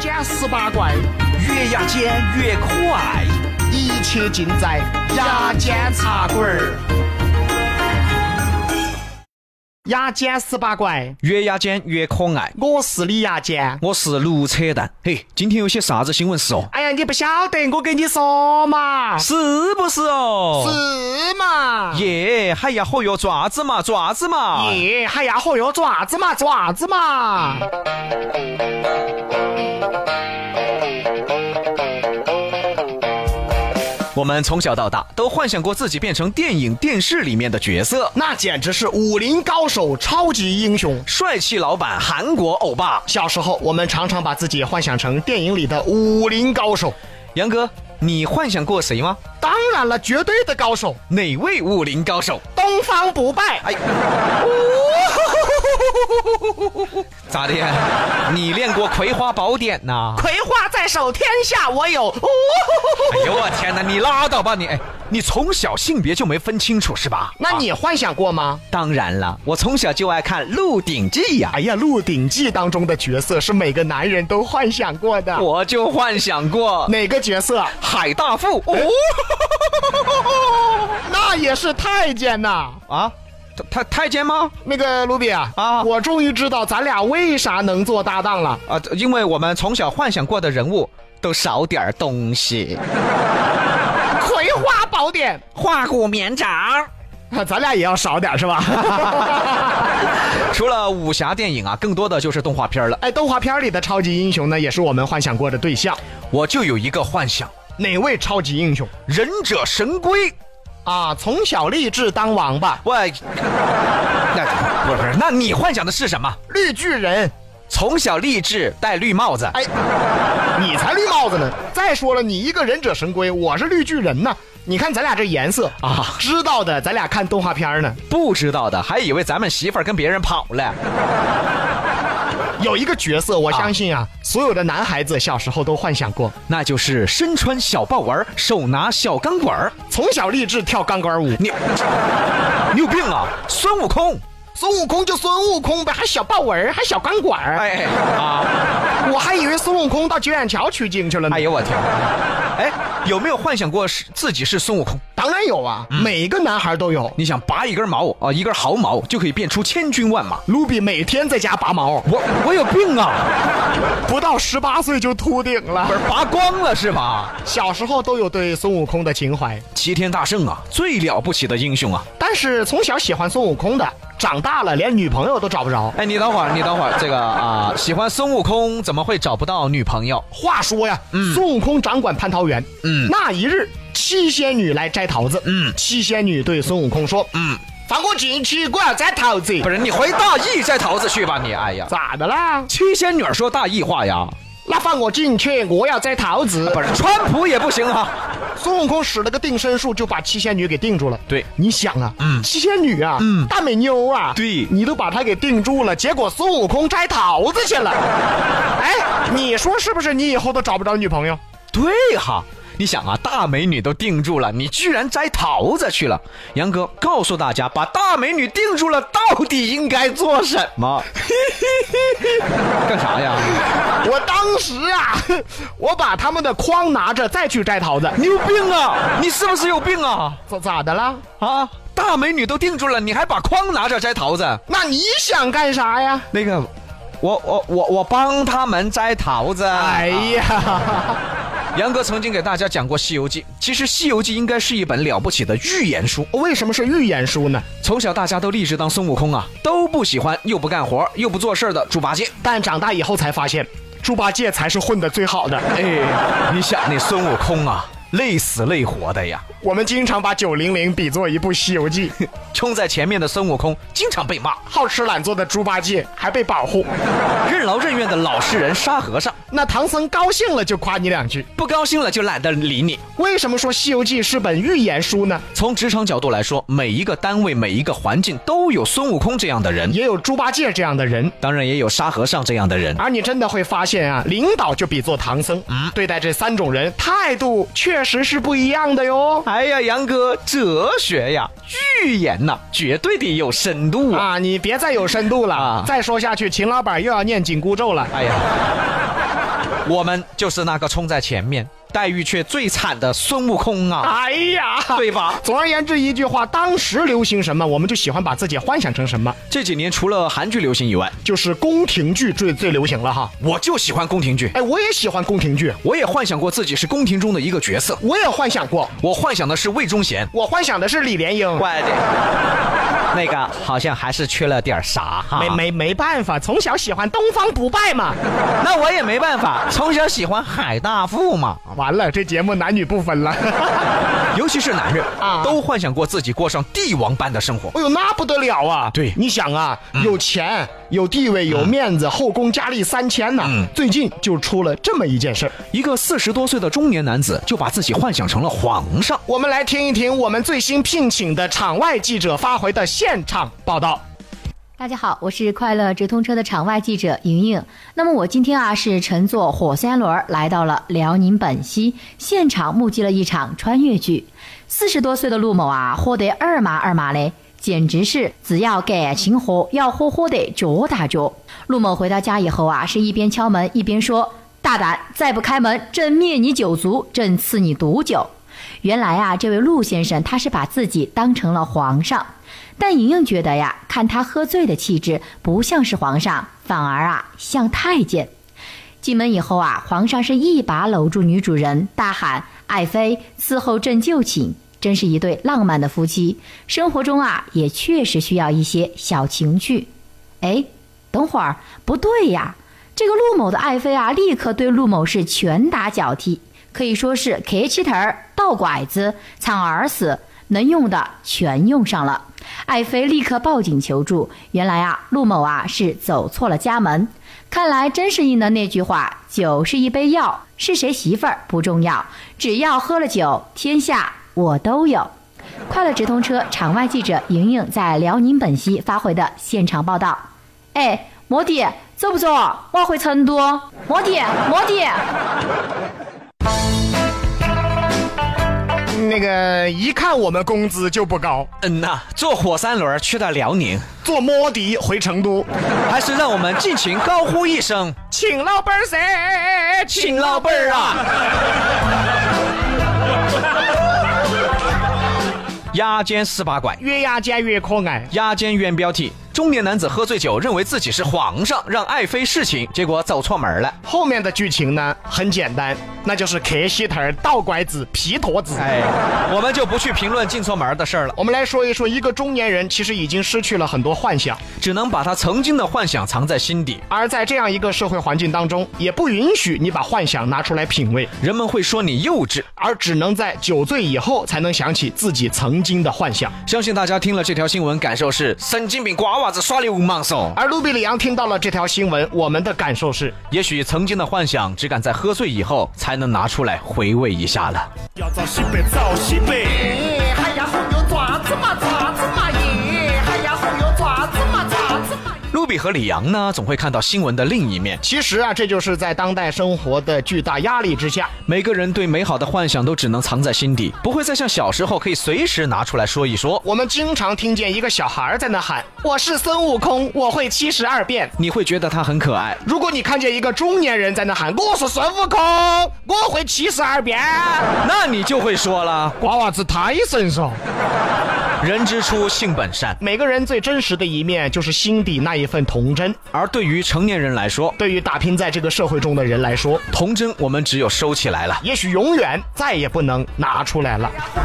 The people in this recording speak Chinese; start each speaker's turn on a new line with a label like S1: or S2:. S1: 千十八怪，
S2: 越牙尖越可爱，
S1: 一切尽在牙尖茶馆儿。牙尖十八怪，
S2: 越牙尖越可爱。
S1: 我是李牙尖。
S2: 我是卢扯蛋，嘿，今天有些啥子新闻事哦？
S1: 哎呀，你不晓得，我跟你说嘛，
S2: 是不是哦？
S1: 是嘛？
S2: 耶，哎呀，嚯哟，爪子嘛，爪子嘛。
S1: 耶，还呀嚯哟，爪子嘛，爪子嘛。
S2: 我们从小到大都幻想过自己变成电影、电视里面的角色，
S1: 那简直是武林高手、超级英雄。
S2: 帅气老板、韩国欧巴。
S1: 小时候，我们常常把自己幻想成电影里的武林高手。
S2: 杨哥，你幻想过谁吗？
S1: 当然了，绝对的高手，
S2: 哪位武林高手？
S1: 东方不败。
S2: 哎，咋 的呀？你练过《葵花宝典》呐？
S1: 葵花在手，天下我有。哦、
S2: 哎呦我天哪！你拉倒吧你！哎，你从小性别就没分清楚是吧？
S1: 那你幻想过吗？
S2: 当然了，我从小就爱看《鹿鼎记》呀、
S1: 哎呀，《鹿鼎记》当中的角色是每个男人都幻想过的。
S2: 我就幻想过
S1: 哪个角色？
S2: 海大富 哦
S1: 哎那也是太监呐！
S2: 啊，他他太监吗？
S1: 那个卢比啊，
S2: 啊
S1: 我终于知道咱俩为啥能做搭档了。
S2: 啊，因为我们从小幻想过的人物都少点儿东西。
S1: 《葵花宝典
S2: 化骨绵掌。》
S1: 啊， 咱俩也要少点是吧？
S2: 除了武侠电影啊，更多的就是动画片儿了。
S1: 哎，动画片里的超级英雄呢，也是我们幻想过的对象。
S2: 我就有一个幻想，
S1: 哪位超级英雄
S2: 忍者神龟。
S1: 啊？从小立志当王八，
S2: 喂，那不是不是，那你幻想的是什么？
S1: 绿巨人。
S2: 从小立志戴绿帽子，
S1: 哎，你才绿帽子呢！再说了，你一个忍者神龟，我是绿巨人呢。你看咱俩这颜色
S2: 啊，
S1: 知道的，咱俩看动画片呢。
S2: 不知道的还以为咱们媳妇儿跟别人跑了。
S1: 有一个角色，我相信啊，所有的男孩子小时候都幻想过，
S2: 那就是身穿小豹纹儿，手拿小钢管儿。
S1: 从小立志跳钢管舞。
S2: 你，你有病啊！孙悟空，
S1: 孙悟空就孙悟空呗，还小豹纹儿，还小钢管儿。
S2: 哎啊，
S1: 我还以为孙悟空到九眼桥取经去了呢。
S2: 哎呦我天！哎，有没有幻想过是自己是孙悟空？
S1: 当然有啊，
S2: 嗯
S1: 每个男孩都有。
S2: 你想拔一根毛啊，一根毫毛就可以变出千军万马。
S1: 卢比每天在家拔毛，
S2: 我我有病啊！
S1: 不到十八岁就秃顶
S2: 不
S1: 了。
S2: 是拔光了是吧？
S1: 小时候都有对孙悟空的情怀，
S2: 齐天大圣啊，最了不起的英雄啊！
S1: 但是从小喜欢孙悟空的，长大了连女朋友都找不着。
S2: 哎，你等会儿，你等会儿，这个啊、喜欢孙悟空怎么会找不到女朋友？
S1: 话说呀，孙悟空掌管蟠桃园，
S2: 嗯
S1: 那一日七仙女来摘桃子，
S2: 嗯
S1: 七仙女对孙悟空说，
S2: 嗯，
S1: 放我进去，我要摘桃子
S2: 不。是你回大邑摘桃子去吧你！哎呀，
S1: 咋的啦？
S2: 七仙女儿说大邑话呀，
S1: 那放我进去，我要摘桃子。
S2: 不是川普也不行啊。
S1: 孙悟空使了个定身术，就把七仙女给定住了。
S2: 对
S1: 你想啊，
S2: 嗯
S1: 七仙女啊，
S2: 嗯
S1: 大美妞啊，
S2: 对
S1: 你都把她给定住了，结果孙悟空摘桃子去 了。哎，你说是不是？你以后都找不着女朋友？
S2: 对哈，你想啊，大美女都定住了，你居然摘桃子去了。杨哥告诉大家，把大美女定住了，到底应该做什么？干啥呀？
S1: 我当时啊， 我把他们的筐拿着再去摘桃子，
S2: 你有病啊！你是不是有病啊？
S1: 咋咋的啦？
S2: 啊，大美女都定住了，你还把筐拿着摘桃子？
S1: 那你想干啥呀？
S2: 那个，我我我我帮他们摘桃子。
S1: 哎呀，
S2: 杨哥曾经给大家讲过《西游记》，其实《西游记》应该是一本了不起的寓言书。
S1: 为什么是预言书呢？
S2: 从小大家都立志当孙悟空啊，都不喜欢又不干活又不做事儿的猪八戒。
S1: 但长大以后才发现，猪八戒才是混得最好的。
S2: 哎，你想那孙悟空啊，累死累活的呀，
S1: 我们经常把九零零比作一部《西游记》。
S2: 冲在前面的孙悟空经常被骂，
S1: 好吃懒做的猪八戒还被保护，
S2: 任劳任怨的老实人沙和尚，
S1: 那唐僧高兴了就夸你两句。
S2: 不高兴了就懒得理你。
S1: 为什么说《西游记》是本寓言书呢？
S2: 从职场角度来说，每一个单位、每一个环境都有孙悟空这样的人，
S1: 也有猪八戒这样的人，
S2: 当然也有沙和尚这样的人。
S1: 而你真的会发现啊，领导就比作唐僧，
S2: 嗯
S1: 对待这三种人态度确实是不一样的哟。
S2: 哎呀，杨哥，哲学呀，寓言呐、绝对的有深度啊！
S1: 啊，你别再有深度了，
S2: 啊
S1: 再说下去，秦老板又要念紧箍咒了。
S2: 哎哎呀，我们就是那个冲在前面，待遇却最惨的孙悟空啊，
S1: 哎呀，
S2: 对吧？
S1: 总而言之，一句话，当时流行什么，我们就喜欢把自己幻想成什么，
S2: 这几年除了韩剧流行以外，
S1: 就是宫廷剧最最流行了哈。
S2: 我就喜欢宫廷剧，
S1: 哎，我也喜欢宫廷剧，
S2: 我也幻想过自己是宫廷中的一个角色，
S1: 我也幻想过，
S2: 我幻想的是魏忠贤。
S1: 我幻想的是李莲英。
S2: 怪的，那个好像还是缺了点啥哈。
S1: 没，没没办法，从小喜欢东方不败嘛。
S2: 那我也没办法，从小喜欢海大富嘛，
S1: 完了，这节目男女不分了。
S2: 尤其是男人
S1: 啊
S2: 都幻想过自己过上帝王般的生活。
S1: 哎呦，那不得了啊！
S2: 对
S1: 你想啊，有钱、有地位、有面子，后宫佳丽三千呐、最近就出了这么一件事儿，
S2: 一个四十多岁的中年男子就把自己幻想成了皇上。
S1: 我们来听一听我们最新聘请的场外记者发回的现场报道。
S3: 大家好，我是快乐直通车的场外记者莹莹。那么我今天啊是乘坐火三轮儿来到了辽宁本溪，现场目击了一场穿越剧。四十多岁的陆某啊，活得二麻二麻嘞，简直是只要感情好，要活活的脚打脚。陆某回到家以后啊，是一边敲门一边说：“大胆，再不开门，朕灭你九族，朕赐你毒酒。”原来啊，这位陆先生他是把自己当成了皇上，但莹莹觉得呀，看他喝醉的气质，不像是皇上，反而啊像太监。进门以后啊，皇上是一把搂住女主人，大喊：“爱妃，伺候朕就寝！”真是一对浪漫的夫妻。生活中啊，也确实需要一些小情趣。哎，等会儿不对呀！这个陆某的爱妃啊，立刻对陆某是拳打脚踢，可以说是 K 七头儿、倒拐子、藏耳死，能用的全用上了。爱妃立刻报警求助。原来啊，陆某啊是走错了家门，看来真是应了那句话：酒是一杯药，是谁媳妇儿不重要，只要喝了酒，天下我都有。快乐直通车场外记者莹莹在辽宁本溪发回的现场报道。哎，摩的，走不走？我回成都。摩的，摩的。
S1: 那个一看我们工资就不高，
S2: 嗯呐，坐火三轮去到辽宁，
S1: 坐摩的回成都，
S2: 还是让我们尽情高呼一声
S1: 请老伴儿噻，
S2: “亲老辈儿啊”！ 压尖十八拐，
S1: 越压尖越哎可爱。
S2: 压尖冤标题：中年男子喝醉酒，认为自己是皇上，让爱妃侍寝，结果走错门了。
S1: 后面的剧情呢很简单，那就是 K 西头儿倒拐子、皮坨子。
S2: 哎，我们就不去评论进错门的事儿了，
S1: 我们来说一说，一个中年人其实已经失去了很多幻想，
S2: 只能把他曾经的幻想藏在心底。
S1: 而在这样一个社会环境当中，也不允许你把幻想拿出来品味，
S2: 人们会说你幼稚。
S1: 而只能在酒醉以后才能想起自己曾经的幻想。
S2: 相信大家听了这条新闻，感受是神经病瓜娃子耍流氓嗦。
S1: 而卢比里昂听到了这条新闻，我们的感受是：
S2: 也许曾经的幻想，只敢在喝醉以后才能拿出来回味一下了。
S4: 要找西北，找西北。
S5: 哎，还呀红油爪子嘛爪子嘛耶，还呀红油爪子嘛爪子嘛耶。
S2: 卢比和李阳呢，总会看到新闻的另一面。
S1: 其实啊，这就是在当代生活的巨大压力之下，
S2: 每个人对美好的幻想都只能藏在心底，不会再像小时候可以随时拿出来说一说。
S1: 我们经常听见一个小孩儿在那喊：“我是孙悟空，我会七十二变。”
S2: 你会觉得他很可爱，
S1: 如果你看见一个中年人在那喊“我是孙悟空，我会七十二变
S2: 那你就会说了”，。
S1: 瓜娃子太神手。
S2: 人之初，性本善。
S1: 每个人最真实的一面就是心底那一份童真。
S2: 而对于成年人来说，
S1: 对于打拼在这个社会中的人来说，
S2: 童真我们只有收起来了。
S1: 也许永远再也不能拿出来了。
S5: 红